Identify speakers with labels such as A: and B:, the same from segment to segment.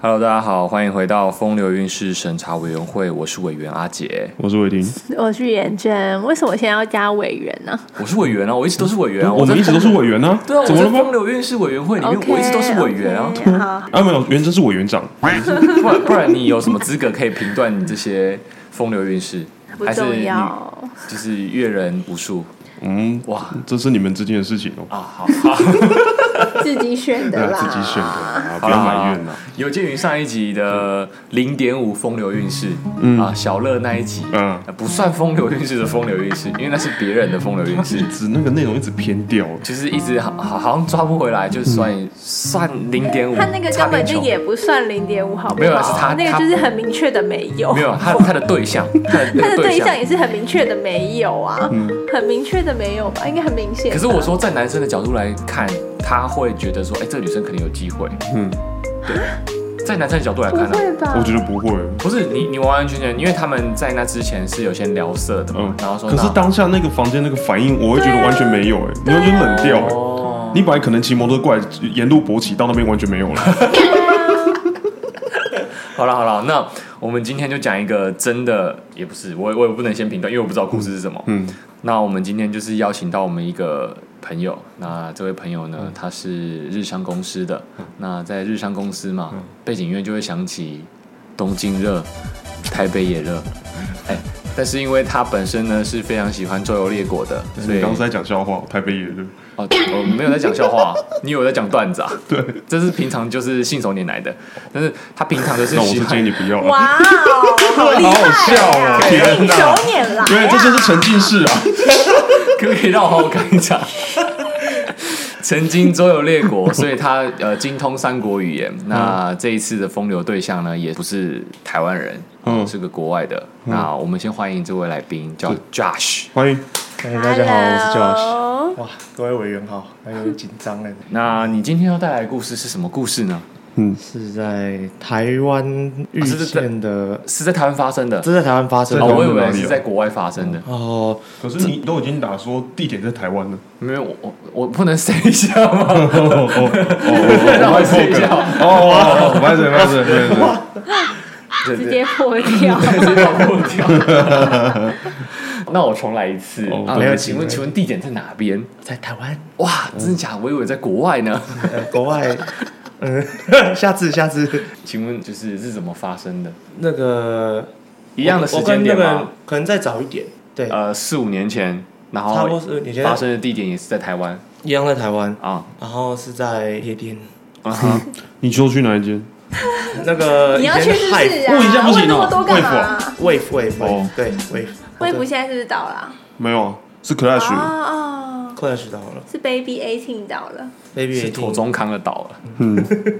A: Hello，大家好，欢迎回到风流韵事审查委员会，我是委员阿杰，
B: 我是伟霆，
C: 我是元真，为什么现在要加委员呢、
A: 我是委员啊，我一直都是委员啊，
B: 我
A: 在
B: 们一直都是委员呢、
A: 对啊，
B: 怎
A: 我
B: 么了
A: 在
B: 吗
A: 风？流韵事委员会里
C: o
A: 面
C: k
A: 我一直都是委员 啊，
C: 好，
B: 啊，没有，元真是委员长，
A: 不然不然你有什么资格可以评断你这些风流韵事？
C: 不
A: 还是
C: 重
A: 你
C: 要。
A: 就是阅人无数
B: 嗯，
A: 哇
B: 这是你们之间的事情哦，
A: 啊，好好。
C: 自己选
B: 对
C: 的
B: 啊，
C: 啦，
B: 自己选的啊，不要 埋怨了。
A: 有鉴于上一集的零点五风流韵事，啊，小乐那一集，
B: 嗯
A: 呃不算风流韵事的风流韵事，因为那是别人的风流韵事
B: 一，直那个内容一直偏掉了，
A: 就是一直好
C: 哦
A: 好好像抓不回来，就算、算零点五，
C: 嗯他那个
A: 差点
C: 根本就
A: 九
C: 也不算零点五，好不好？
A: 没有啊是他
C: 那个
A: 他
C: 就是很明确的没有。
A: 没有他他的对 象，他的
C: 他的对
A: 对嗯
C: 象也是很明确的没有啊，很明确的没有吧，应该很明显吧。
A: 可是我说，在男生的角度来看，他会觉得说，哎、这个女生肯定有机会。
B: 嗯，
A: 在男生的角度来
C: 不
A: 看呢、
C: 会吧？
B: 我觉得不会，
A: 不是你你完完全全，因为他们在那之前是有先聊色的嘛，
B: 嗯
A: 然后，说
B: 可是
A: 那
B: 当下那个房间那个反应，我会觉得完全没有，哎，你完全冷掉，哎，
A: 哦，
B: 你本来可能骑摩托过来，沿路勃起到那边完全没有了，
A: 好了好了，那我们今天就讲一个真的，也不是我我也不能先评断，因为我不知道故事是什么。
B: 嗯，
A: 那我们今天就是邀请到我们一个朋友，那这位朋友
B: 嗯
A: 呢，他是日商公司的，那在日商公司
B: 嗯
A: 嘛，背景音乐就会响起东京热、台北也热，
B: 嗯
A: 哎，但是因为他本身呢是非常喜欢周游列国的，所
B: 你
A: 以
B: 刚刚是在讲笑话，台北也是，
A: 哦，我没有在讲笑 话，你以为我在讲段子啊？对，这是平常就是信手拈来的，但是他平常就是
B: 那我
A: 喜
B: 是
A: 欢
B: 建议你不要啊了，
C: 哇哦，好厉
B: 好好
C: 害
B: 笑
C: 呀！
B: 哦，天
C: 信手
B: 哪，
C: 拈来啊，
B: 对，这就是沉浸式啊，
A: 可以让我好好讲一讲。曾经周游列国，所以他呃精通三国语言。那这一次的风流对象呢，也不是台湾人，
B: 嗯
A: 是个国外的。那我们先欢迎这位来宾，叫 Josh。
B: 欢迎，
D: 嗨，哎
A: 哎
D: 大家好，
C: Hello
D: 我是 Josh。哇，各位委员好，还有点紧张哎。
A: 那你今天要带来的故事是什么故事呢？
B: 嗯，
D: 是在台湾遇见的，
A: 是在台湾发生的？
D: 哦这是在台湾发生的。
A: 哦，我以
B: 在
A: 为
B: 哪里啊
A: 是在国外发生的。
D: 哦，
B: 可是你都已经打说地点在台湾了，
A: 没有，我我我不能 say 一下 吗？
B: 哦哦哦哦，
A: 让我 say 一下。
B: 哦哦，哦，不好意思，不好意思，不好意思。
A: 对
C: 直
A: 对
C: 接破 掉。
A: 直接跑步掉。那我重来一次
B: 哦
A: 啊！
D: 没有
A: 请
D: 没
A: 问，
D: 有
A: 请问地点在哪边？
D: 在台 湾，
A: 哇，真的假的？我以为在国外呢。
D: 呃国 外，嗯，下次下次
A: 请问，就是是怎么发生的？
D: 那个
A: 一样的时间点
D: 我跟那个
A: 吗？
D: 可能再早一点，对，
A: 呃，四五年前，然
D: 差不多
A: 后
D: 是你觉
A: 发
D: 得
A: 生的地点也是在台湾
D: 一样在台湾，
A: 啊。
D: 然后是在夜店，
A: 啊哈
B: 你说去哪一间？
D: 那个
C: 你要
D: 以
C: 去
D: 前
C: 试
D: 海
C: 试啊！
B: 问一下不行哦
C: 问那么多干
B: 贵妇
C: 嘛
B: 啊？
D: wave wave
B: 哦
D: wave，对 wave
C: 微博现在是不是倒了？
B: 没有啊，是 Clash，
C: 哦，
D: 快学到了
C: 是 Baby Eighteen 倒了，
D: ，baby
A: 是妥中康的岛了，
D: 嗯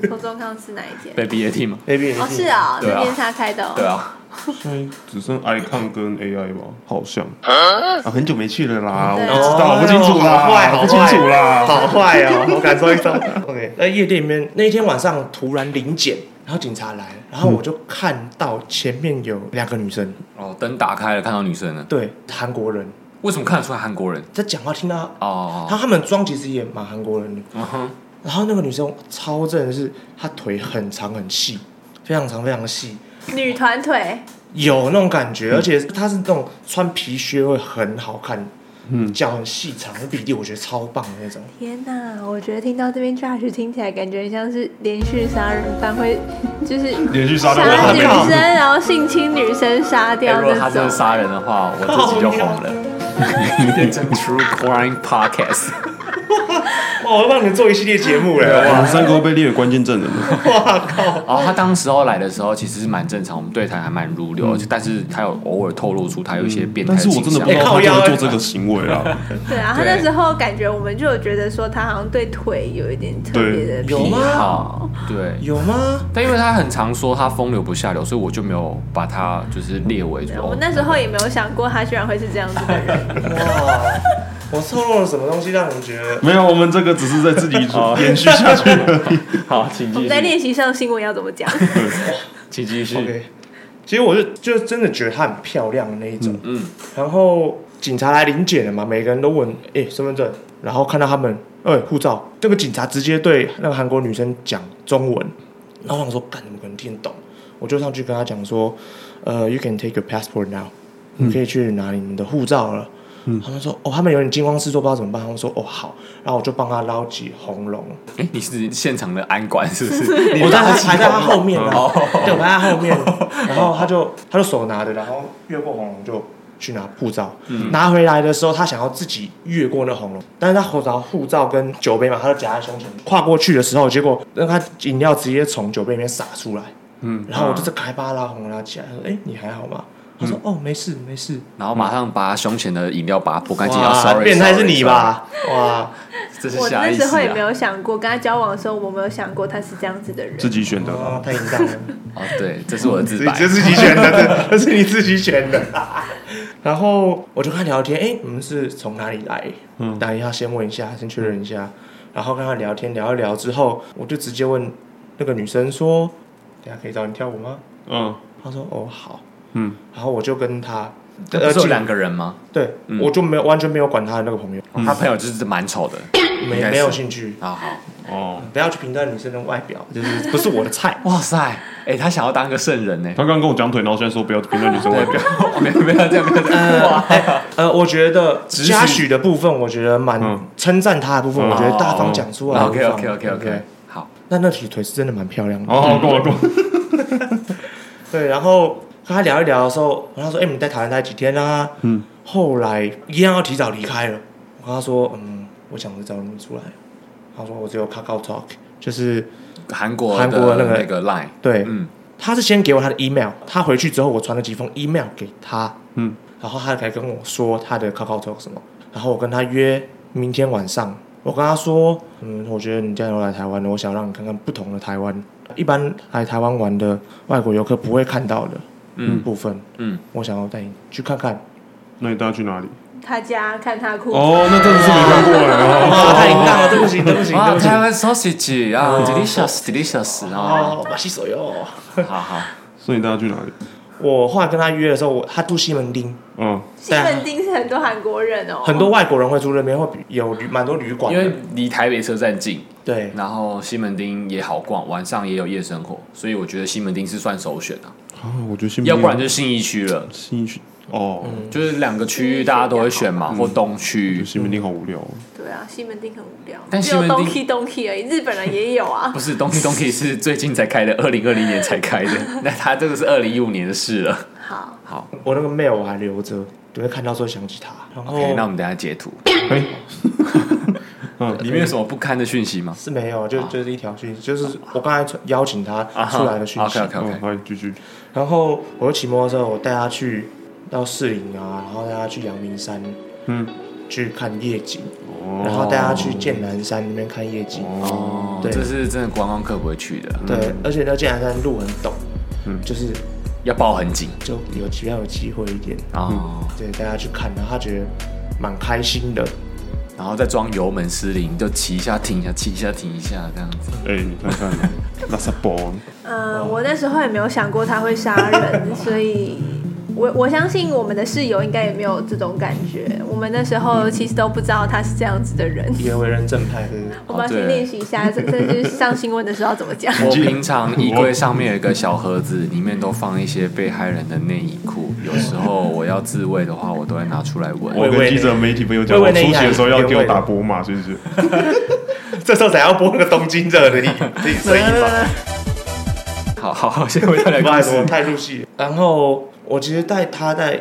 C: 从中康是哪一间？
A: 被 BAT 吗？
D: baby
C: 哦，是啊，
A: 对啊
C: 那边是他开的哦。
A: 对啊，
B: 现在只剩 Icon 跟 AI 吧，好像啊，很久没去了啦，我
C: 对
B: 不
C: 啊
B: 知道，我不清楚啦，
D: 好坏好
B: 不清楚啦。
D: 好坏 哦，我感受一下。OK，在夜店里面，那一天晚上突然临检，然后警察来了，然后我就看到前面有两个女生，
A: 哦，灯打开了，看到女生了。
D: 对，韩国人
A: 为什么看得出来韩国人？
D: 在讲话，听到
A: 哦，
D: 他他们妆其实也蛮韩国人的。
A: 嗯哼，
D: 然后那个女生超正的是，她腿很长很细，非常长非常细，
C: 女团腿，
D: 有那种感
A: 嗯
D: 觉，而且她是那种穿皮靴会很好看，
B: 嗯
D: 脚很细长，比例我觉得超棒的那种。
C: 天哪！我觉得听到这边 Josh 听起来感觉像是连续杀人犯会， 就是
B: 连续杀掉
C: 杀
B: 了
C: 了
B: 他
C: 女
B: 妹
D: 人
C: 生，然后性侵女生，杀
A: 哎
C: 掉
A: 如果他
C: 那
A: 真的
C: 种。
A: 杀人的话，我自己就红了， 变成 True Crime Podcast。
D: 哦，我帮你们做一系列节目
B: 我
D: 了，哇
B: 们三个被列为关键证人了，
A: 哦，他当时候来的时候其实是蛮正常，我们对谈还蛮如流，但是他有偶尔透露出他有一些变态
B: 但是
A: 倾向。
B: 我真的不知
D: 哎
B: 道
D: 靠
B: 他就
D: 腰
B: 会
D: 哎
B: 做这个行为啦。
C: 对啊，他
A: 对
C: 那时候感觉我们就有觉得说他好像对腿有一点特别
A: 嗯
C: 的
D: 有
C: 癖
D: 吗
A: 好，对。
D: 有吗？
A: 但因为他很常说他风流不下流，所以我就没有把他就是列为
C: 对
A: 说。
C: 我
A: 哦
C: 们那时候也没有想过他居然会是这样子的人。
D: 哇，我透露了什么东西让你觉得？
B: 没有，我们这个只是在自己延续下去而已。
A: 好，请
C: 我们
A: 继
C: 在
A: 续，
C: 练习上新闻要怎么讲？
A: 请继续。
D: OK，其实我就就真的觉得她很漂亮的那一种。
A: 嗯，
D: 然后警察来临检了嘛，每个人都问，哎、身份证，然后看到他们，哎、护照。这个警察直接对那个韩国女生讲中文，然后我想说，干，怎么可能听得懂？我就上去跟他讲说，呃，You can take your passport now，、你
A: 嗯
D: 可以去拿你们的护照了。他们说，哦，他们有点惊慌失措，不知道怎么办。他们说，哦，好，然后我就帮他捞起红龙，
A: 哎、你是现场的安管是不是？ 你
D: 我在他
A: 拉起
D: 排在他
A: 红龙
D: 后面啊
A: 哦，
D: 对，我排在他后面， 然后他就他就手拿着，然后越过红龙就去拿护照，
A: 嗯
D: 拿回来的时候他想要自己越过那红龙，但是他手拿护照跟酒杯嘛，他就夹在胸前，跨过去的时候，结果让他饮料直接从酒杯里面洒出来，
A: 嗯嗯
D: 然后我就是开巴拉红拉起来，说：“哎、你还好吗？”他说：“哦，没事没事。”
A: 然后马上把他胸前的饮料把它拨干净，要
D: 哇
A: sorry，
D: 变态是
A: sorry，
D: 你吧？哇，
A: sorry？这是
C: 我
A: 下
C: 那
A: 意
C: 时
A: 识
C: 候也没
A: 啊。
C: 有想过，跟他交往的时候，我没有想过他是这样子的人。
B: 自己选的啦
D: 哦，太淫荡了。
A: 哦，对，这是我的自白
D: 这。自己选 的，这这是你自己选的。 然后我就跟他聊天，哎、你们是从哪里来？嗯，打一下先问一下，先确认一下，然后跟他聊天聊一聊之后，我就直接问那个女生说：“等一下可以找你跳舞吗
B: 嗯？”
D: 她说：“哦，好。”
B: 嗯，
D: 然后我就跟他，呃
A: 这不是有
D: 进
A: 两个人吗？
D: 对、我就没有完全没有管他的那个朋友，
A: 他朋友就是蛮丑的，应
D: 没
A: 该是
D: 没有兴趣。
A: 啊好。。
B: 哦，
D: 不要去评断女生的外表，就是不是我的菜
A: 哇塞，哎，他想要当个圣人呢。
B: 他刚刚跟我讲腿，然后现在说不要评论女生外
A: 对，
B: 表
A: 哎不。要， 没有没有这样，没有这样。哇，
D: 呃，我觉得
A: 只
D: 嘉
A: 许
D: 许的部分，我觉得蛮
B: 嗯
D: 称赞他的部分，
B: 嗯
D: 我觉得大方讲出来。
A: 哦 OK OK OK
D: 对
A: OK，好，
D: 那那腿腿是真的蛮漂亮的。
B: 哦，好够了够了。
D: 对，然后跟他聊一聊的时候，我跟他说：“哎、你在台湾待几天啊？”嗯，后来一样要提早离开了。我跟他说：“嗯，我想着找你们出来。”他说：“我只有 Kakao Talk，就是
A: 韩国
D: 韩
A: 的
D: 国那个
A: 那个 Line，
D: 对，
A: 嗯，
D: 他是先给我他的 email，他回去之后我传了几封 email 给他，
B: 嗯，
D: 然后他才跟我说他的 QQ 有什么，然后我跟他约明天晚上，我跟他说，嗯，我觉得你既然有来台湾了，我想让你看看不同的台湾，一般来台湾玩的外国游客不会看到的
A: 嗯
D: 部分，
A: 嗯，
D: 我想要带你去看看，
B: 那你带他去哪里？
C: 他家看他哭，
B: 哦，那真的是没看过哎。哦
D: 哇，啊太淫荡了，对不起，对不起，对
A: 哇，
D: 不起
A: 台，湾 sausage 啊，delicious delicious 啊，
D: 哦，马西手哟。
A: 好好，
B: 所以你带他去哪里？
D: 我后来跟他约的时候，我他住西门町，
B: 嗯，
C: 西门町是很多韩国人哦，
D: 很多外国人会住那边，会比有旅蛮多旅馆
A: 因
D: 的，
A: 为离台北车站近，
D: 对，
A: 然后西门町也好逛，晚上也有夜生活，所以我觉得西门町是算首选啊，
B: 啊，我觉得
D: 嗯
B: 新
A: 要不然就是信义区了，
B: 新一区哦，
A: 就是两个区域大家都会选
D: 嗯
A: 嘛，或东
B: 我觉
A: 区
B: 得。西门町好无聊哦。
C: 对啊，西门町很无聊，
A: 但
C: 只有
A: 西门町
C: Donkey Donkey 而已，日本人也有啊
A: 不。是东区，东区是最近才开的，二零二零年才开的。那他这个是二零一五年的事了。
C: 好，
A: 好
D: 我那个 mail 我还留着，就会看到时候想起他。然
C: 哦
D: 后
A: ，OK，那我们等一下截图。嗯
B: 哎，
A: 里面有什么不堪的讯息吗？
D: 是没有，就就是一条讯息，就是我刚才传邀请他出来的讯息。
A: OK OK
B: 嗯，好，继续。
D: 然后我就骑摩托车，我带他去到士林啊，然后带他去阳明山
B: 嗯，
D: 去看夜景，
B: 哦
D: 然后带他去剑南山那边看夜景。
A: 哦，
D: 对
A: 这是真的观光客不会去的，
D: 对，而且那剑南山路很陡，
B: 嗯
D: 就是
A: 要抱很紧
D: 就有比较有机会一点，
A: 哦，
D: 对，带他去看，然后他觉得蛮开心的。
A: 然后再装油门失灵，就骑一下停一下，骑一下停一下这样子。
B: 哎，你看看，那是包。
C: 嗯，我那时候也没有想过他会杀人，所以我我相信我们的室友应该也没有这种感觉。我们那时候其实都不知道他是这样子的人。
D: 一个为人正派的，
C: 我们要先练习一下，这这就是上新闻的时候要怎么 讲。
A: 我平常衣柜上面有一个小盒子，里面都放一些被害人的内衣裤。有时候我要自慰的话，我都会拿出来闻。
B: 我跟记者媒体朋友讲，我出去的时候要给我打波码，是不是？
D: 这时候才要播那个东京热 的一的声音吧。
A: 好好好，先回到来
D: 不好
A: 故
D: 意思，我
A: 事。
D: 太入戏了。然后我其实带他在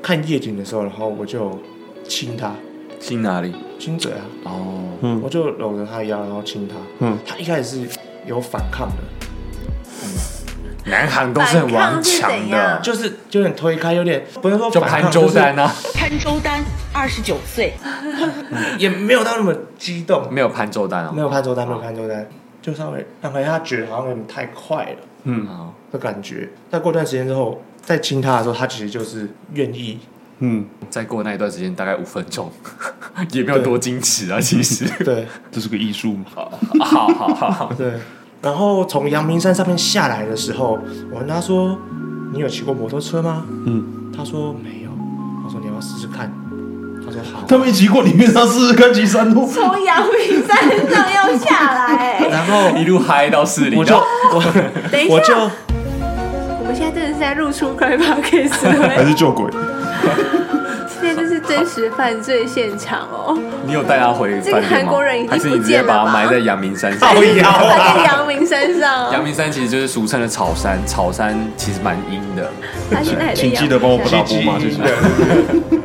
D: 看夜景的时候，然后我就亲他，
A: 亲哪里？
D: 亲嘴啊，
A: 哦，
D: 我就搂着他的腰，然后亲他。
B: 嗯
D: 他一开始是有反抗的，
A: 南韩都是很顽
C: 反抗
A: 强
C: 是怎样
A: 的，就
D: 就是有点推开，有点不是说
A: 就
D: 反
A: 潘
D: 抗，
A: 周
D: 嗯就是
A: 丹啊，
E: 潘周丹，二十九岁，
D: 也没有到那么激动，
A: 没有潘周丹
D: 没
A: 哦。
D: 有看周丹，没有看周丹，就稍微让他觉得好像有点太快了
B: 嗯
A: 哦
D: 的感觉。但过段时间之后，再亲他的时候，他其实就是愿意
B: 嗯，
A: 再过那一段时间，大概五分钟， 也没有多矜持啊，其实。
D: 对。
B: 这是个艺术嘛。
A: 好好好好，
D: 对，然后从阳明山上面下来的时候，我问他说：“你有骑过摩托车吗？”
B: 嗯，
D: 他说没有。我说：“你要不要试试看？”他说：“说好。
B: 他没骑过里面，他试试看骑山路。
C: 从阳明山上要下来。
D: 然后
A: 一路嗨到市里，
D: 哦我就
A: 然后
D: 我
C: 等一
D: 我
C: 下
D: 就，
C: 我们现在真的是在露出 Cry Podcast，
B: 还
C: 了
B: 是救鬼？
C: 现在这是真实犯罪现场哦。
A: 你有带他回
C: 这
A: 饭
C: 个
A: 店
C: 韩
A: 吗
C: 国人已？经
A: 还是你
C: 不
A: 直接
C: 见了吧
A: 把他埋在阳明山上？
D: 靠腰
C: 他
D: 啊！
C: 在阳明山上
A: 阳
C: 哦，
A: 明山其实就是俗称的草山，草山其实蛮阴的。
C: 他现在还在
B: 请记得帮我
C: 阳
B: 补
C: 明
B: 打波
C: 山
B: 嘛，谢谢。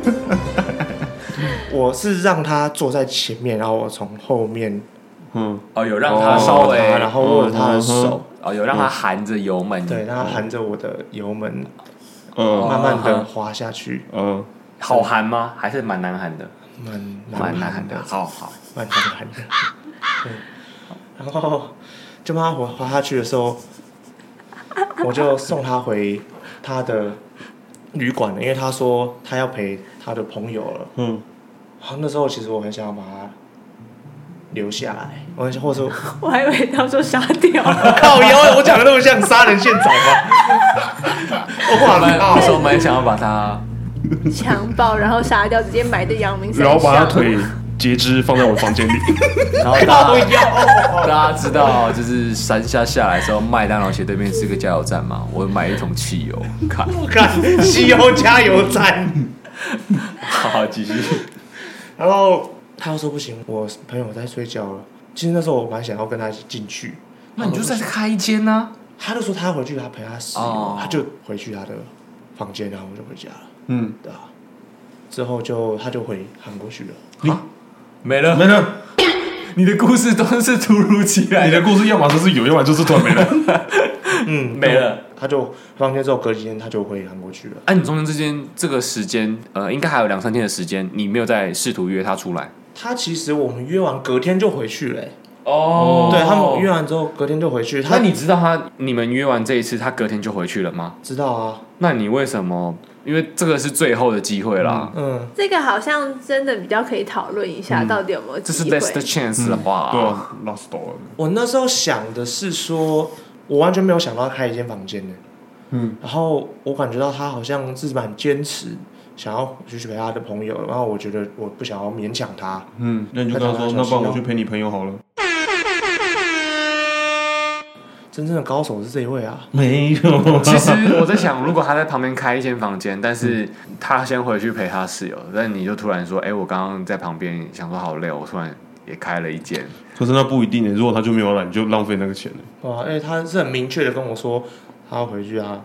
D: 我是让他坐在前面，然后我从后面
B: 嗯，
A: 哦，有让他稍
D: 抱
A: 微，
D: 他，然后握着他的手，
A: 哦，有让他含着油门，
D: 对，让他含着我的油门，
B: 呃
A: 哦
D: 慢慢的滑下去，
B: 呃，
A: 好含吗？还是蛮难含的，
D: 蛮
A: 蛮难
D: 含
A: 含的，好好。
D: 嗯蛮难含的。对，然后就帮他滑滑下去的时候，我就送他回他的旅馆了，因为他说他要陪他的朋友了。
B: 嗯，
D: 然后那时候其实我很想要把他留下来，我很想，或者说
C: 我还以为他说杀 掉，
D: 靠腰，我讲的那么像杀人现场吗？我
A: 我
D: 哇
A: 们
D: 靠
A: 那！ 时候蛮想要把他，
C: 强暴然后杀掉，直接埋在阳明山上。
B: 然后把他腿截肢放在我房间里。
A: 然后
D: 靠
A: 大家
D: 腰！
A: 大家知道，就是山下下来的时候，麦当劳斜对面是个加油站嘛，我买一桶汽油，看，
D: 我哦看西游加油站，
A: 好好继续。
D: 然后他又说不行，我朋友在睡觉了。其实那时候我蛮想要跟他一起进去，
A: 那你就再开一间啊呐，
D: 他就说他回去他陪他室友，
A: 哦
D: 他就回去他的房间，然后我就回家了，
B: 嗯，
D: 对啊？之后就他就回韩国去了，
A: 没了
B: 没。了。
A: 你的故事都是突如其来
B: 你的
A: 的，
B: 故事要么就是有，要么就是突然没了。
D: 嗯，
A: 没了。
D: 他就房间之后隔几天他就回韩国去了，
A: 哎、你中间之间这个时间，呃，应该还有两三天的时间，你没有再试图约他出来
D: 他其实我们约完隔天就回去了、欸
A: 哦
D: 对他们约完之后隔天就回去。
A: 那
D: 他
A: 你知道他你们约完这一次，他隔天就回去了吗？
D: 知道啊？
A: 那你为什么？因为这个是最后的机会啦，
D: 嗯，
C: 这个好像真的比较可以讨论一
B: 嗯
C: 下，到底有没有
A: 这
C: 机
A: 是
C: 会？
A: last chance 的话，
B: 对 啊，last door。
D: 我那时候想的是说，我完全没有想到他开一间房间的。
B: 嗯，
D: 然后我感觉到他好像是蛮坚持，想要回去陪他的朋友。然后我觉得我不想要勉强他，
B: 嗯，那你就跟他说，那不然我去陪你朋友好了。
D: 真正的高手是这一位啊。
B: 没有
A: 其实我在想，如果他在旁边开一间房间，但是他先回去陪他室友，但你就突然说：“哎、我刚刚在旁边想说好累，我突然也开了一间。
B: 可是那不一定欸耶如果他就没有来，你就浪费那个钱了。
D: 哇，而且他是很明确的跟我说，他要回去啊，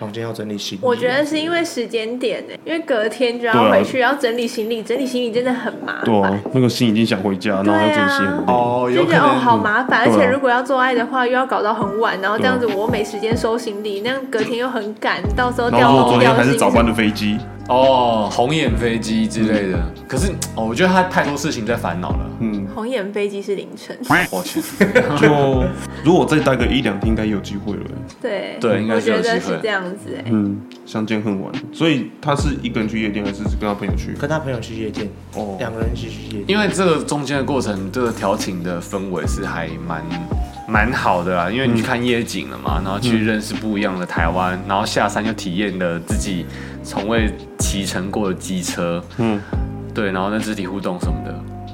D: 房间要整理行李。啊
C: 我觉得是因为时间点呢、因为隔天就
B: 对
C: 要
B: 啊
C: 回去，要整理行李，整理行李真的很麻
B: 对
C: 烦。
B: 啊，那个心已经想回家，然后还要整心很累。”
A: 哦
C: 就觉得哦，好麻烦，而
B: 对啊
C: 且如果要做爱的话，又要搞到很晚，然后这样子
B: 对
C: 我没时间收行李，那样隔天又很赶，到时候
B: 然
C: 掉
B: 后
C: 包
B: 我昨天
C: 掉
B: 还
C: 行
B: 是
C: 李
B: 早班的飞机，
A: 哦，红眼飞机之类的。可是哦，我觉得他太多事情在烦恼了。
B: 嗯，
C: 红眼飞机是凌晨，
A: 我去，
B: 就如果再待个一两天，应该有机会了。欸
C: 对
A: 对应该
C: 我
A: 是有
C: 觉得
A: 机会
C: 是这样子哎、
B: 嗯，相见恨晚。所以他是一个人去夜店，还是跟他朋友去？
D: 跟他朋友去夜店，
B: 哦，
D: 两个人一起去夜店。
A: 因为这个中间的过程，这个调情的氛围是还蛮蛮好的啦。因为你去看夜景了
D: 嗯
A: 嘛，然后去认识不一样的台湾，然后下山又体验了自己从未骑乘过的机车，
B: 嗯
A: 对，然后那肢体互动什么的，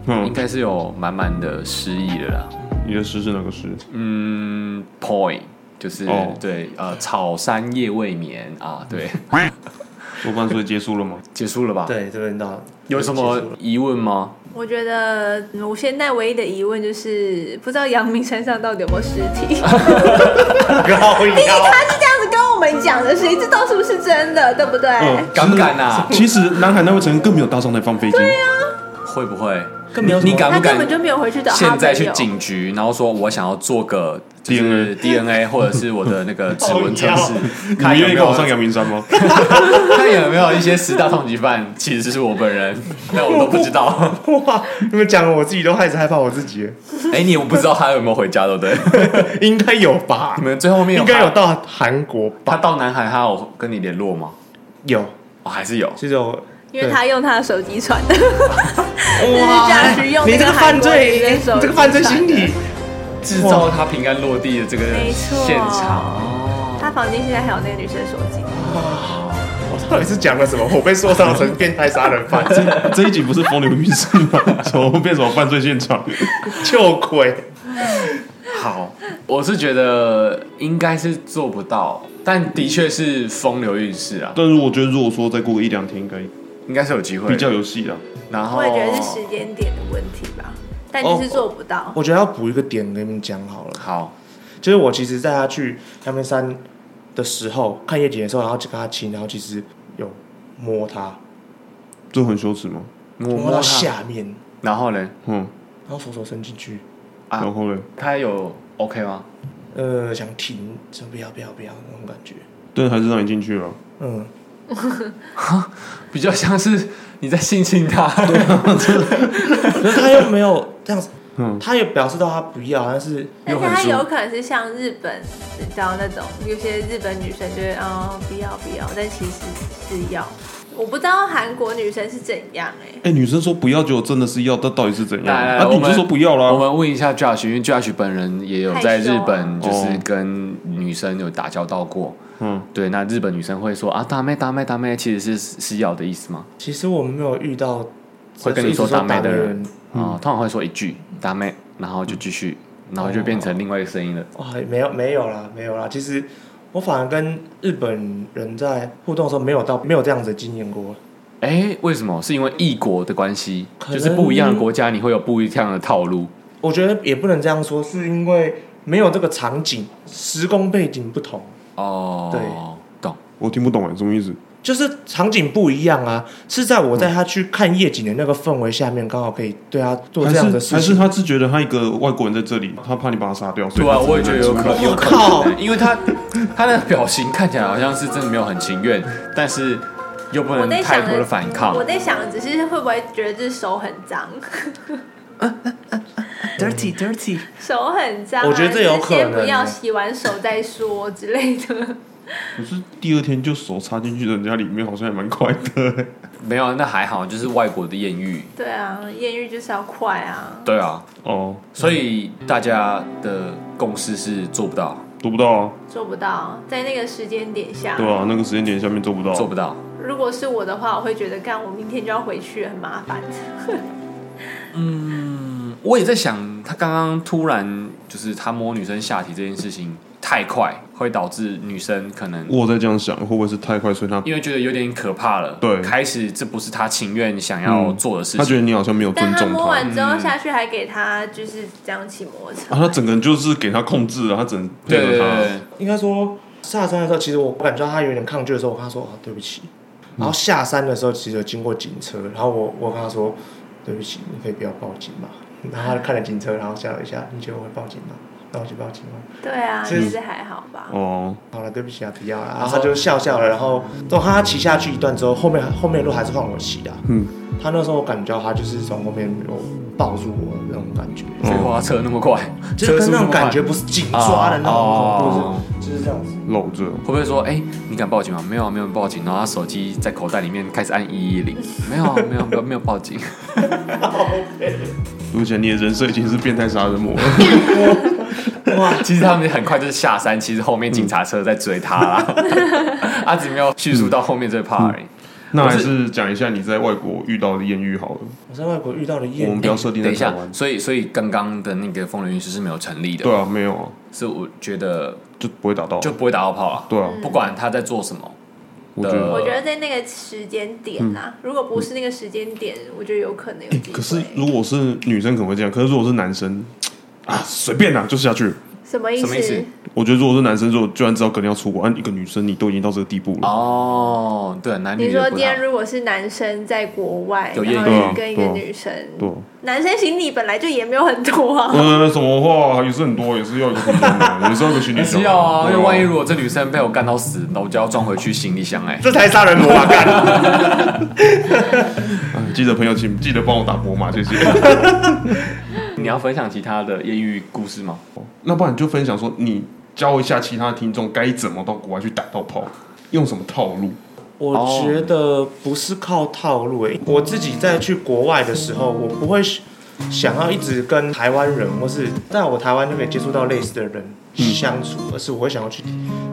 A: 应
B: 嗯，
A: 该是有满满的诗意的啦。
B: 你的诗是哪个诗？
A: 嗯，point 就是、
B: 哦
A: 对，呃，草山夜未眠啊，对，
B: 多半所以结束了吗？
A: 结束了吧？
D: 嗯对，这边到
A: 有什
D: 结束
A: 么
D: 了
A: 疑问吗？
C: 我觉得嗯我现在唯一的疑问就是，不知道阳明山上到底有没有尸体。
D: 高啊腰？
C: 他是这样子跟我们讲的，谁知道是不是真的，对哎不对？
B: 嗯，
A: 敢不敢啊
B: 其实南海那位成员更没有搭上那趟飞机。，
A: 会不会？
D: 更没有
A: 你
D: 什么
A: 敢
C: 他
A: 不
C: 根
A: 敢？
C: 本就没有回去找他
A: 现在
C: 朋
A: 去
C: 友。
A: 警局，然后说我想要做个就是 DNA 或者是我的那个指纹测试
B: 你
A: 看
B: 们
A: 有
B: 愿
A: 没
B: 意跟
A: 有
B: 我上阳明山吗？
A: 看有没有一些十大通缉犯其实是我本人，但我都不知道。
D: 哇！你们讲了，我自己都开始害怕我自己了，
A: 哎，你也不知道他有没有回家，对不对？
D: 应该有吧
A: 你？们最后面
D: 应该
A: 他
D: 有到韩国
A: 他到南海，他有跟你联络吗？
D: 有，
A: 哦，还是有。
D: 其实我
C: 因为他用他的手机传的，
D: 对
C: 就是驾驶用
D: 你
C: 那
D: 这
C: 个
D: 个
C: 韩
D: 犯
C: 国
D: 罪，
C: 女
D: 你
C: 生手机
D: 这个犯罪心理，
A: 制造他平安落地的这个
C: 没错
A: 现场。哦
C: 他房间现在还有那个女生的手机。
D: 哇！我到底是讲了什么？我被塑造成变态杀人犯，
B: 这一集不是风流韵事吗？ 怎么变什么犯罪现场？
D: 就鬼。
A: 好，我是觉得应该是做不到，但的确是风流韵事啊，
B: 但是我觉得，如果说再过个一两天，应该
A: 应该是有机会
B: 比较。有戏啊。
A: 然后
C: 我也觉得是时间点的问题吧，但就是做不到。
D: 我觉得要补一个点给你们讲好了，
A: 好，
D: 就是我其实带他去阳明山的时候，看夜景的时候，然后就跟他亲，然后其实有摸他，
B: 这很羞耻吗？
A: 我
D: 摸
A: 摸
D: 到
A: 他，
D: 下面，
A: 然后呢，
B: 嗯，
D: 然后手手伸进去，
A: 啊
B: 然后嘞，
A: 他有 OK 吗？
D: 呃，想停，说不要不要不要那种感觉，
B: 但还是让你进去了。
D: 嗯，
A: 比较像是你在性侵他，
D: 可是他又没有这样子，
B: 嗯，
D: 他也表示到他不要，但是
C: 而
A: 又
C: 且
A: 很
C: 她
A: 舒
C: 有可能是像日本，你知道那种有些日本女生就会哦不要不要，但其实是要。我不知道韩国女生是怎样哎、
B: 哎、女生说不要，结果真的是要，但到底是怎样？
A: 来来
B: 啊，
A: 我
B: 你
A: 们
B: 就说不要
A: 我
B: 啦。
A: 们问一下 Josh，因为 Josh 本人也有在日本，
B: 害
A: 就
B: 羞啊
A: 是跟女生有打交道过。
B: 嗯，
A: 对，那日本女生会说啊，大妹大妹大妹，其实是是要的意思吗？
D: 其实我们没有遇到
A: 会跟你
D: 一直
A: 说
D: 说
A: 大妹的
D: 人
A: 人，啊、通常会说一句大妹，然后就继续，然后就变成另外一个声音了。
D: 哇，没有没有啦，没有啦。其实我反而跟日本人在互动的时候，没有到没有这样子的经验过。
A: 哎、为什么？是因为异国的关系，
D: 可
A: 就
D: 能
A: 是不一样的国家，你会有不一样的套路。
D: 我觉得也不能这样说，是因为没有这个场景，时空背景不同，
A: 哦，
D: 对，
A: 懂。
B: 我听不懂哎、什么意思？
D: 就是场景不一样啊。是在我带他去看夜景的那个氛围下面，刚好可以对他做
B: 还
D: 这样的
B: 是
D: 事
B: 还是
D: 情。
B: 他是觉得他一个外国人在这里，他怕你把他杀掉，所以
A: 对啊，
B: 他只
A: 我也觉
B: 能
A: 得有可
B: 出来
A: 能，有可
D: 靠
A: 能，因为他他的表情看起来好像是真的没有很情愿，但是又不
C: 我
A: 能
C: 在
A: 太
C: 想
A: 多的反抗
C: 我。在想只是会不会觉得这手很脏
A: Dirty dirty，
C: 手很脏、啊，
D: 我觉得这有
C: 就是
D: 可能
C: 先不要
D: 欸
C: 洗完手再说之类的。
B: 可是第二天就手插进去人家里面，好像也蛮快的、 欸。
A: 没有，那还好，就是外国的艳遇。
C: 对啊，艳遇就是要快啊。
A: 对啊，
B: 哦，
A: 所以大家的共识是做不到，
B: 做不到啊，
C: 做不到，在那个时间点下，
B: 对啊，那个时间点下面做不到，
A: 做不到。
C: 如果是我的话，我会觉得干，我明天就要回去，很麻烦。
A: 我也在想，他刚刚突然就是他摸女生下体这件事情太快，会导致女生可能
B: 我在这样想，会不会是太快，所以他
A: 因为觉得有点可怕了，
B: 对嗯
A: 开始这不是他情愿想要做的事
B: 他觉
A: 情。
B: 得你好像没有
C: 但
B: 尊
C: 他
B: 重
C: 摸
B: 他
C: 完之
A: 嗯
C: 后下去，还给他就是这样骑摩托车。
B: 啊，他整个人就是给他控制了，他只能配
A: 对对对
B: 合他。
A: 对，
D: 应该说下山的时候，其实我感觉到他有点抗拒的时候，我跟他说：“啊，对不起。”然后下山的时候，其实有经过警车，然后我我跟他说：“对不起，你可以不要报警嘛。”然后他看了警车，然后吓了一下，你觉得我会报警吗？那我就报警吗？
C: 对啊，
D: 其实
C: 其实还好吧。
B: 哦，
D: 好了，对不起啊，不要了。然后他就笑笑了，然后等他骑下去一段之后，后面后面的路还是换我骑的。啊
B: 嗯，
D: 他那时候我感觉到他就是从后面有抱住我的那种感觉，
A: 所
B: 哦
A: 以花车那么快，
D: 就
A: 嗯
D: 是
A: 车
D: 跟
A: 速
D: 那
A: 么
D: 种
A: 快
D: 感觉不是紧抓的那种恐怖，就是就是这样子。
B: 搂着，
A: 会不会说，哎、你敢报警吗？没有啊，没有报警。然后他手机在口袋里面开始按一一零，没有啊，没有啊，没有，没有报 警。
B: 而且你的人设已经是变态杀人 魔了。
A: 其实他们很快就是下山，其实后面警察车在追他 啦，他只没有叙述到后面这 part 而已。
B: 那还是讲一下你在外国遇到的艳遇好了，
D: 我在外国遇到了
B: 我
D: 艳
B: 们
D: 遇
B: 不，要设定
A: 等
B: 在
A: 一
B: 台
A: 下
B: 湾，。
A: 所以所以刚刚的那个风流韵事是没有成立的，
B: 对啊，没有啊，
A: 是我觉得
B: 就不会打到啊。
A: 就不会打到炮了，
B: 对啊，
A: 不管他在做什么，
B: 我觉得
A: 呃
C: 我觉得在那个时间点啊，如果不是那个时间点，我觉得有可能有机
B: 嗯
C: 会。
B: 可是如果是女生可能会这样，可是如果是男生啊，随便啦、就下去。
C: 什么意
A: 什么意思
C: 思？
B: 我觉得如果是男生，如果居然知道可能要出国，啊，一个女生你都已经到这个地步了，
A: 哦，对，男女
C: 你
A: 也
C: 说
A: 不
C: 今
A: 太
C: 天如果是男生在国外，
A: 有艳遇
C: 然后去跟一个
B: 对啊
C: 女生，
B: 对啊、
C: 男生行李本来就也没有很多啊。
B: 呃，什么话也是很多，也是要一个行李 箱的，也是要一个行李
A: 还
B: 箱
A: 是
B: 的。
A: 要啊，
B: 对
A: 因为万一如果这女生被我干到死，那我就要装回去行李箱哎、
D: 这才杀人魔啊！干，
B: 哎 记得朋友请记得帮我打博马，谢谢。
A: 你要分享其他的艳遇故事吗？
B: 那不然你就分享说，你教一下其他听众该怎么到国外去打到炮，用什么套路？
D: 我觉得不是靠套路诶、我自己在去国外的时候，我不会想要一直跟台湾人，或是在我台湾就可以接触到类似的人，相处，而是我会想要去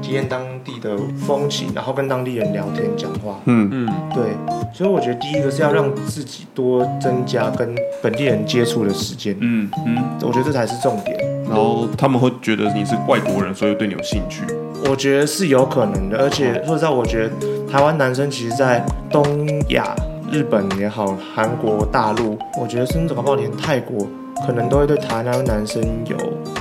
D: 体验当地的风情，然后跟当地人聊天讲话。
B: 嗯，
A: 嗯，
D: 对，所以我觉得第一个是要让自己多增加跟本地人接触的时间，
B: 嗯嗯，
D: 我觉得这才是重点。
B: 然后他们会觉得你是外国人，所以对你有兴趣。
D: 我觉得是有可能的，而且说实在，我觉得台湾男生其实，在东亚、日本也好，韩国、大陆，我觉得甚至搞不好连泰国，可能都会对台湾男生有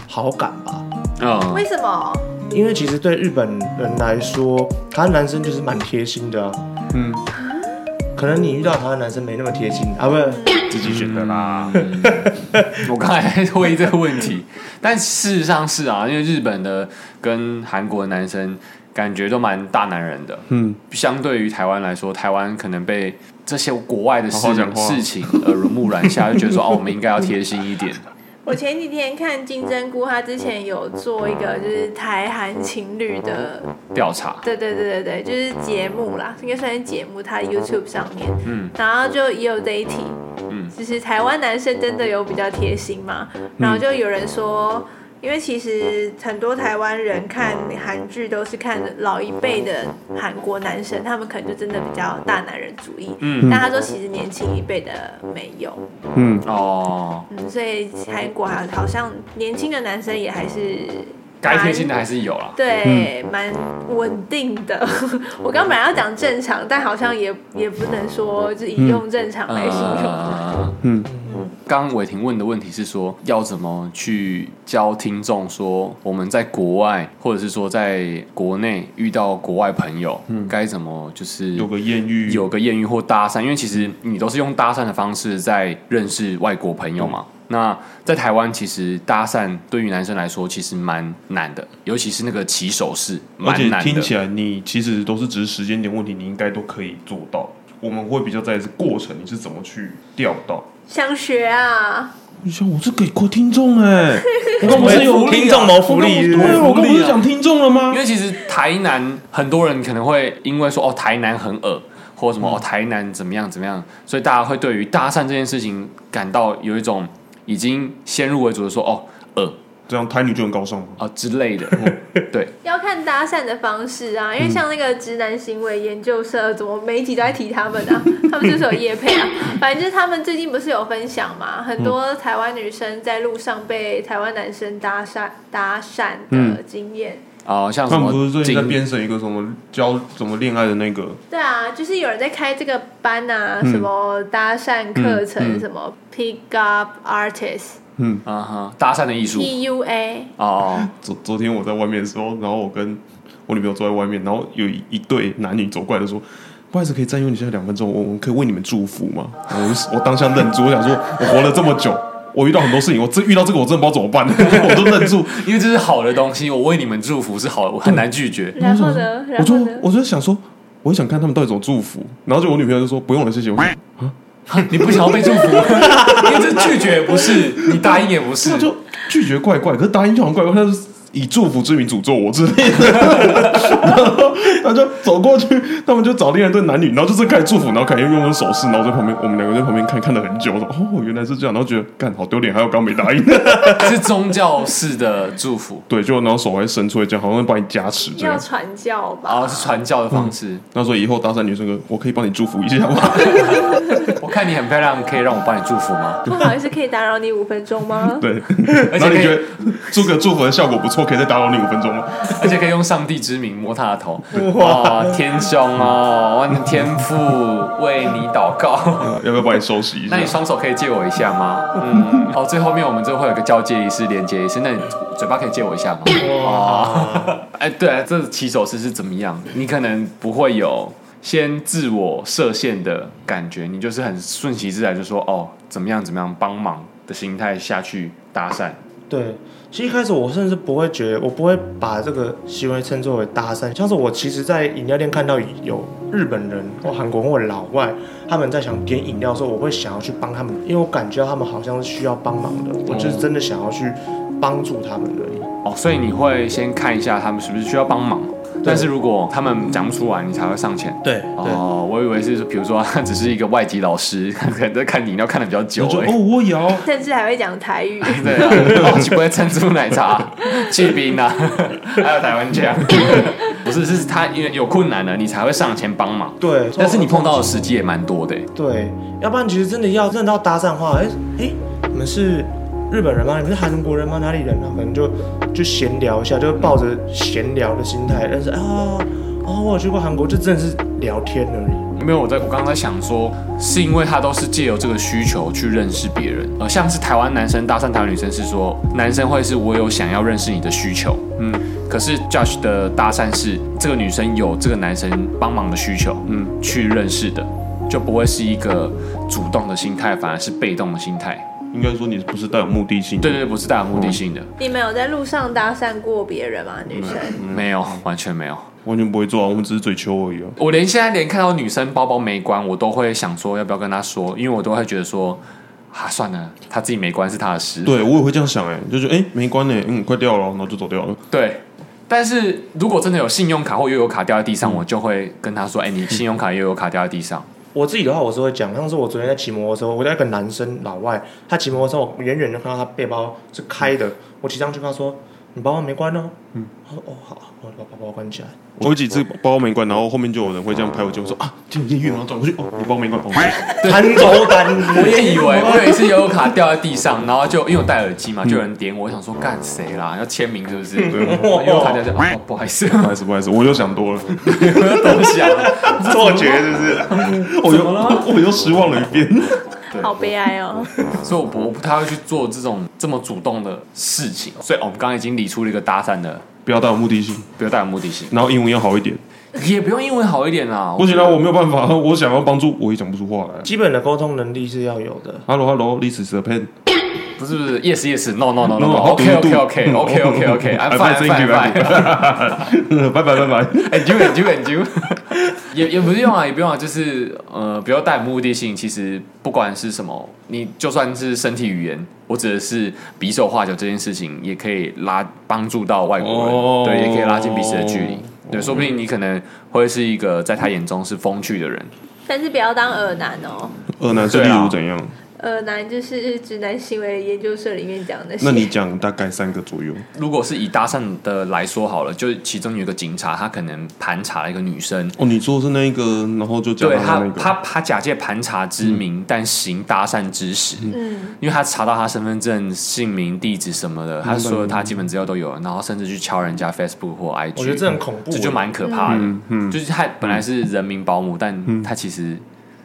D: 好感吧。
B: 哦
A: 啊
C: 为，什么？
D: 因为其实对日本人来说，台湾男生就是蛮贴心的、啊。
B: 嗯，
D: 可能你遇到台湾男生没那么贴心啊，不是，
B: 自己选的啦。
A: 我刚才在会议这个问题，但事实上是啊，因为日本的跟韩国的男生感觉都蛮大男人的，
B: 嗯，
A: 相对于台湾来说，台湾可能被这些国外的事
B: 好好讲话
A: 事情呃耳濡目染下，就觉得说哦，我们应该要贴心一点。
C: 我前几天看金针菇，他之前有做一个就是台韩情侣的，
A: 调查，
C: 对对对对对，就是节目啦，应该算是节目，他 YouTube 上面，
A: 嗯
C: 然后就也有这一题，
A: 嗯
C: 就是台湾男生真的有比较贴心吗？然后就有人说，因为其实很多台湾人看韩剧都是看老一辈的韩国男生，他们可能就真的比较大男人主义，
A: 嗯
C: 但他说其实年轻一辈的没有，
B: 嗯，
A: 哦，
C: 嗯，所以韩国好好像年轻的男生也还是
A: 该贴心的还是有啦。
C: 对蛮稳定的。 我刚本来要讲正常，但好像也也不能说就以用正常来形容。
A: 呃，
B: 嗯，
A: 刚刚伟霆问的问题是说，要怎么去教听众说我们在国外，或者是说在国内遇到国外朋友，该怎么就是
B: 嗯有个艳遇，
A: 有个艳遇或搭讪，因为其实你都是用搭讪的方式在认识外国朋友
B: 嗯
A: 嘛。那在台湾，其实搭讪对于男生来说其实蛮难的，尤其是那个起手式，
B: 而且
A: 蛮难
B: 听起
A: 的。
B: 来你其实都是只是时间点问题，你应该都可以做到。我们会比较在意是过程，你是怎么去钓到。
C: 想学啊，
B: 你像哎我是给过听众哎、 我刚不是有
D: 听众谋福利是不
B: 对
D: 是
B: 啊，我刚不是讲听众了吗
A: 因？为其实台南很多人可能会因为说哦台南很恶，或者什么
B: 嗯
A: 哦台南怎么样怎么样，所以大家会对于搭讪这件事情感到有一种已经先入为主的说哦恶
B: 这样台女就很高尚了。
A: 啊之类 的。对，
C: 要看搭讪的方式啊，因为像那个直男行为研究社，怎么每一集都在提他们啊？他们是不是有夜配啊？反正就是他们最近不是有分享嘛，很多台湾女生在路上被台湾男生搭讪搭讪的经验。
A: 啊、像什
B: 他们
A: 么
B: 不是最近在
A: 金
B: 编审一个什么教怎么恋爱的那个，
C: 对啊，就是有人在开这个班啊，
B: 嗯
C: 什么搭讪课程，什么 pick up artist、
B: 嗯，
A: 啊哈搭讪的艺术
C: PUA，
A: 哦。
B: 昨昨天我在外面的时候，然后我跟我女朋友坐在外面，然后有一一对男女走过来的说：“不好意思，可以占用你现在两分钟，我我可以为你们祝福吗？”然后我就我当下愣住，我想说，我活了这么久，我遇到很多事情，我这遇到这个我真的不知道怎么办， 我都愣住。
A: 因为这是好的东西，我为你们祝福是好，我很难拒 绝。
C: 然后呢，
B: 嗯我
C: 然
B: 就
C: 后呢，
B: 我就想说，我就想看他们到底怎么祝福。然后就我女朋友就说：“不用了，谢谢。”我说
A: 你不想要被祝 福，因为这拒绝也不是，你答应也不是
B: 这。 就拒绝怪怪，可是答应就很怪怪，他就是以祝福之名诅咒我之类的， 然后他就走过去，他们就找另外一对男女，然后就是开始祝福，然后开始用用手势，然后在旁边，我们两个在旁边看看了很久，我说哦原来是这样，然后觉得干好丢脸，还有刚没答应，
A: 是宗教式的祝福，
B: 对，就然后手还伸出来这样，好像把你加持这
C: 要
B: 样。
C: 传教吧。
A: 然
B: 哦
A: 后哦是传教的方式。
B: 那说以后搭讪女生哥，我可以帮你祝福一下吗？？
A: 我看你很漂亮，可以让我帮你祝福 吗？
C: 不好意思，可以打扰你五分钟吗
B: 对，
A: 而且
B: 然后
A: 可
B: 你觉
A: 以
B: 得，祝个祝福的效果不错，可以再打扰你五分钟吗？
A: 而且可以用上帝之名摸他的头。哇，天兄哦，万能天父为你祷 告。
B: 啊要不要帮你收拾一下
A: 那？你双手可以借我一下吗？嗯，哦，最后面我们就会有个交接仪式、连接仪式。那你嘴巴可以借我一下吗？
D: 哇，
A: 哎，对啊，这起手式是怎么样？你可能不会有先自我设限的感觉，你就是很顺其自然，就说哦，怎么样怎么样帮忙的心态下去搭讪。
D: 对。其实一开始我甚至不会觉得，我不会把这个行为称作为搭讪。像是我其实，在饮料店看到有日本人或韩国人或老外，他们在想点饮料的时候，我会想要去帮他们，因为我感觉到他们好像是需要帮忙的，我
A: 嗯
D: 就是真的想要去帮助他们而已。
A: 哦，所以你会先看一下他们是不是需要帮忙，但是如果他们讲不出来，你才会上前。
D: 对对，
A: 哦，我以为是比如说他只是一个外籍老师， 可能在看饮料看的比较久
B: 我就
A: 而
B: 哦，
A: 已。
B: 我摇，
C: 甚至还会讲台语。
A: 对啊，不会珍珠奶茶、 去冰啊， 还有台湾酱。 不是，是他因为有困难了，你才会上前帮 忙。
D: 对，
A: 但是你碰到的时机也蛮多的欸，
D: 对，要不然其实真的要真的要搭讪的话，哎、哎、你们是日本人吗？你们是韩国人吗？哪里人啊？可能就就闲聊一下，就抱着闲聊的心态，但是啊哦，我有去过韩国，就真的是聊天而已。
A: 没有，我在我刚刚在想说，是因为他都是借由这个需求去认识别人，呃，像是台湾男生搭讪台湾女生是说，男生会是我有想要认识你的需求，嗯，可是 Josh 的搭讪是这个女生有这个男生帮忙的需求，嗯，去认识的，就不会是一个主动的心态，反而是被动的心态。
B: 应该说你不是带有目的性的，
A: 对对对，不是带有目的性的，
C: 你们有在路上搭讪过别人吗？女生？
A: 没有，完全没有。
B: 完全不会做啊，我们只是嘴求而已啊。
A: 我连现在连看到女生包包没关，我都会想说要不要跟她说，因为我都会觉得说，啊，算了，她自己没关是她的事。
B: 对我也会这样想，哎，就觉得哎没关呢，嗯，快掉了，然后就走掉了。
A: 对，但是如果真的有信用卡或悠游卡掉在地上，我就会跟他说：“哎、你信用卡、悠游卡掉在地上。
D: 我自己的话，我是会讲，像是我昨天在骑摩托车，我在一个男生老外，他骑摩托车，我远远就看到他背包是开的，我骑上去跟他说：“你包包没关哦。”嗯，他说：“哦，好，我把包包关起来。”
B: 我有几次包没关，然后后面就有人会这样拍我肩膀说啊，今天艳遇，然后转过去，哦，你包没关，哦，
D: 弹走单，
A: 我也以为我有一次悠游卡掉在地上，然后就因为我戴耳机嘛，就有人点我，我想说干谁啦？要签名是不是？悠游卡掉下， 哦，不好意思，
B: 不好意思，不好意思，我又想 多了，
A: 东西啊，
D: 错觉是不是？
B: 我又我又失望了一 遍。
C: 好悲哀哦！
A: 所以我不我不太会去做这种这么主动的事情。所以、哦我们刚刚已经理出了一个搭讪的，
B: 不要带有目的性，
A: 不要带有目的性，
B: 然后英文要好一点。
A: 也不用英文好一点啦。
B: 我觉得我没有办法，我想要帮助，我也讲不出话来。
D: 基本的沟通能力是要有的。
B: Hello Hello，this is a pen。
A: 不是不是，yes yes no no no no
B: 嗯
A: OK
B: 好读
A: OK
B: 读
A: OK OK OK OK，I'm fine I'm fine I'm fine。
B: 拜拜拜 拜。
A: 哎，揪哎揪哎揪， 也也不用啊，也不用啊，就是呃，不要带有目的性。其实不管是什么，你就算是身体语言，我指的是比手画脚这件事情，也可以拉帮助到外国人，
B: 哦
A: 对，也可以拉近彼此的距离
B: 哦。
A: 对，说不定你可能会是一个在他眼中是风趣的人。
C: 但是不要当耳男哦，
B: 二男是例如怎样？
C: 耳男就是直男行为研究社里面讲的。
B: 那你讲大概三个左右。
A: 如果是以搭讪的来说好了，就是其中有一个警察，他可能盘查了一个女生，
B: 哦，你说的是那一个，然后就讲
A: 对
B: 他
A: 他
B: 那，个。
A: 他他假借盘查之名，但行搭讪之实。
C: 嗯，
A: 因为他查到他身份证、姓名、地址什么的，他所有他基本资料都有，然后甚至去敲人家 Facebook 或 IG，
D: 我觉得这很恐怖嗯
A: 这就蛮可怕的。就是他本来是人民保姆，但他其实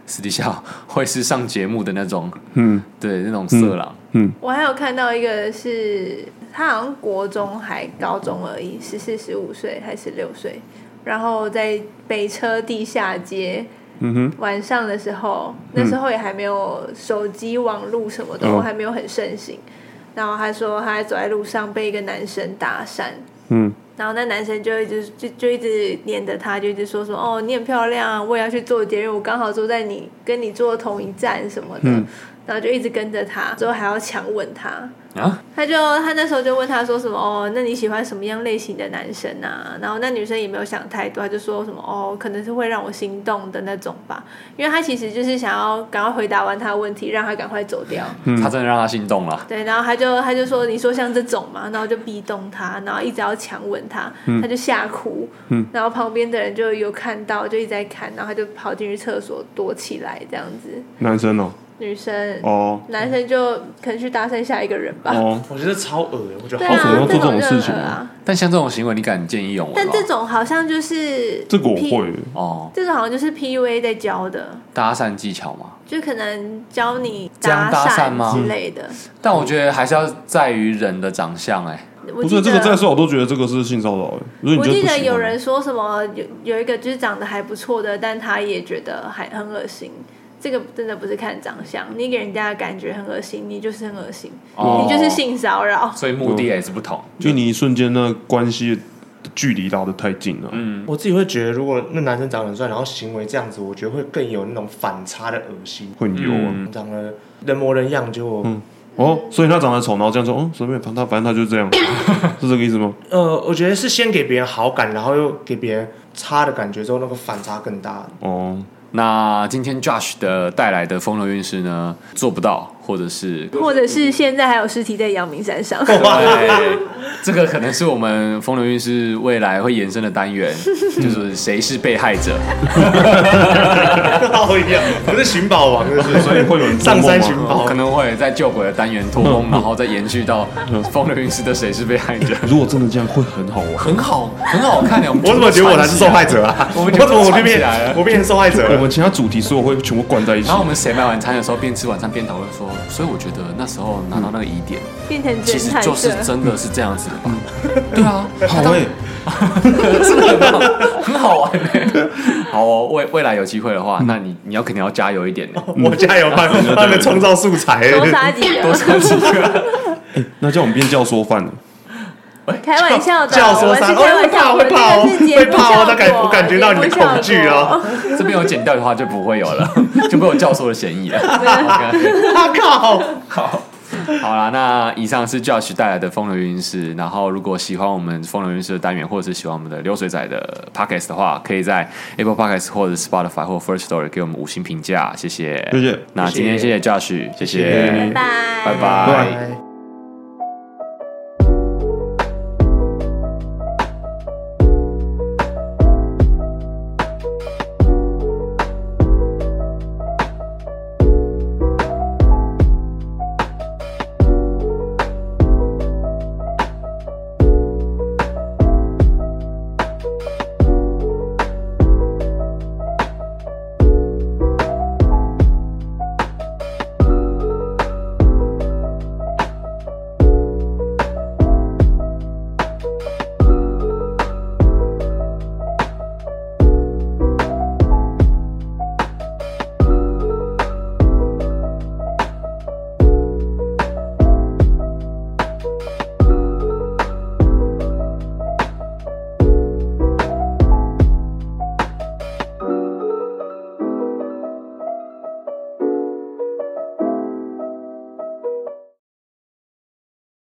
A: 私底下会是上节目的那种，
B: 嗯
A: 对那种色狼。
C: 我还有看到一个是，他好像国中还高中而已，十四、十五岁还是六岁，然后在北车地下街。
B: 嗯哼，
C: 晚上的时候，那时候也还没有手机、网络什么的，
B: 嗯
C: 我还没有很盛行。然后他说他走在路上被一个男生搭讪，
B: 嗯，
C: 然后那男生就一直就就一直黏着他，就一直说什么哦你很漂亮啊，我也要去做捷运，我刚好坐在你跟你坐同一站什么的，
B: 嗯
C: 然后就一直跟着他，之后还要强吻他。
A: 啊，
C: 他就他那时候就问他说什么哦，那你喜欢什么样类型的男生啊？然后那女生也没有想太多，他就说什么哦，可能是会让我心动的那种吧，因为他其实就是想要赶快回答完他的问题，让他赶快走掉。
A: 他真的让他心动了。
C: 对，然后他就他就说你说像这种嘛，然后就壁咚他，然后一直要强吻他，他就吓哭，然后旁边的人就有看到，就一直在看，然后他就跑进去厕所躲起来这样子。
B: 男生哦，
C: 女生、
B: 哦
C: 男生就可能去搭讪下一个人吧。
B: 哦，
D: 我觉得超恶的，我觉
C: 对
D: 得
C: 啊
D: 好，
B: 好可
D: 恶
B: 恶
C: 这
B: 做这种
C: 种就
B: 事
C: 很
B: 情
C: 恶啊。
A: 但像这种行为，你敢见义勇为吗？
C: 但这种好像就是
B: 这个我
C: P-
B: 会。
A: 哦，
C: 这种好像就是 PUA 在教的，
A: 搭讪技巧嘛。
C: 就可能教你
A: 这样搭讪吗
C: 讪之类的。
A: 但我觉得还是要在于人的长相、哎，
C: 我
B: 嗯不
C: 记
B: 是
C: 得
B: 这个再说，我都觉得这个是性骚扰。哎如果
C: 我
B: 你觉
C: 记得
B: 得
C: 有人说什么有有一个就是长得还不错的，但他也觉得还很恶心。这个真的不是看长相，你给人家的感觉很恶心，你就是很恶心，
A: 哦
C: 你就是性骚扰。
A: 所以目的也是不同。
B: 就你一瞬间那关系的距离拉得太近了。嗯，
D: 我自己会觉得，如果那男生长得很帅，然后行为这样子，我觉得会更有那种反差的恶心。
B: 会有啊。
D: 长得人模人样，结果
B: 哦，所以他长得丑，然后这样说，哦，随便，反正他反正他就是这样，是这个意思吗？
D: 呃，我觉得是先给别人好感，然后又给别人差的感觉，之后那个反差更大。
B: 哦，
A: 那今天 Josh 的带来的风流韵事呢，做不到，或者是
C: 或者是现在还有尸体在阳明山上。
B: 哦
A: 对，啊这个可能是我们风流韵事未来会延伸的单 元，就是谁是被害者。
D: 好一样，不是寻宝王，就是啊
B: 所以会有人做
D: 上
B: 梦吗
D: 山寻宝
A: 可。能会在救鬼的单元脱 风，然后再延续到风流韵事的谁是被害者，
B: 如果真的这样会很好玩。
A: 很好，很好看欸的。我
D: 我怎么觉得我才是受害？者啊？
A: 我
D: 我
A: 们
D: 怎么我
A: 串
D: 变
A: 起来了
D: 变我变成受害者
B: 我
D: 了？
B: 们其他主题所有会全部灌在一起
A: 然，后我们谁买晚餐的时候边吃晚餐边讨论说，所以我觉得那时候拿到那个疑点，
C: 变成
A: 其实
C: 侦探
A: 就是
C: 社，
A: 真的是这样子的吧？对啊，
B: 好哎、
A: 真的很好，很好玩欸好哦，未未来有机会的话，那你你要肯定要加油一点呢，
D: 我加油，帮帮他们创造素材。
C: 多 杀几个
A: 多，上几个。
B: 那叫我们变教唆犯了。
C: 开玩笑的，
D: 教
C: 我们
D: 唆杀
C: 是
D: 哦
C: 开玩笑，我
D: 会
C: 们
D: 怕哦
C: 这个是节目
D: 会怕哦
C: 效
D: 他感
C: 果
D: 我感觉到你的
C: 节目效
D: 恐惧
C: 果
D: 哦
A: 这边有剪掉的话就不会有了， 就没有教唆的嫌疑了。OK，
B: 啊
D: 我啊靠！
A: 好。好啦，那以上是 Josh 带来的风流韵事。然后，如果喜欢我们风流韵事的单元，或者是喜欢我们的流水仔的 Podcast 的话，可以在 Apple Podcast 或者 Spotify 或 First Story 给我们五星评价，谢谢。
B: 谢谢
A: 那今天谢谢 Josh，谢谢，
D: 谢谢
C: 拜拜，
A: 拜拜
D: 拜。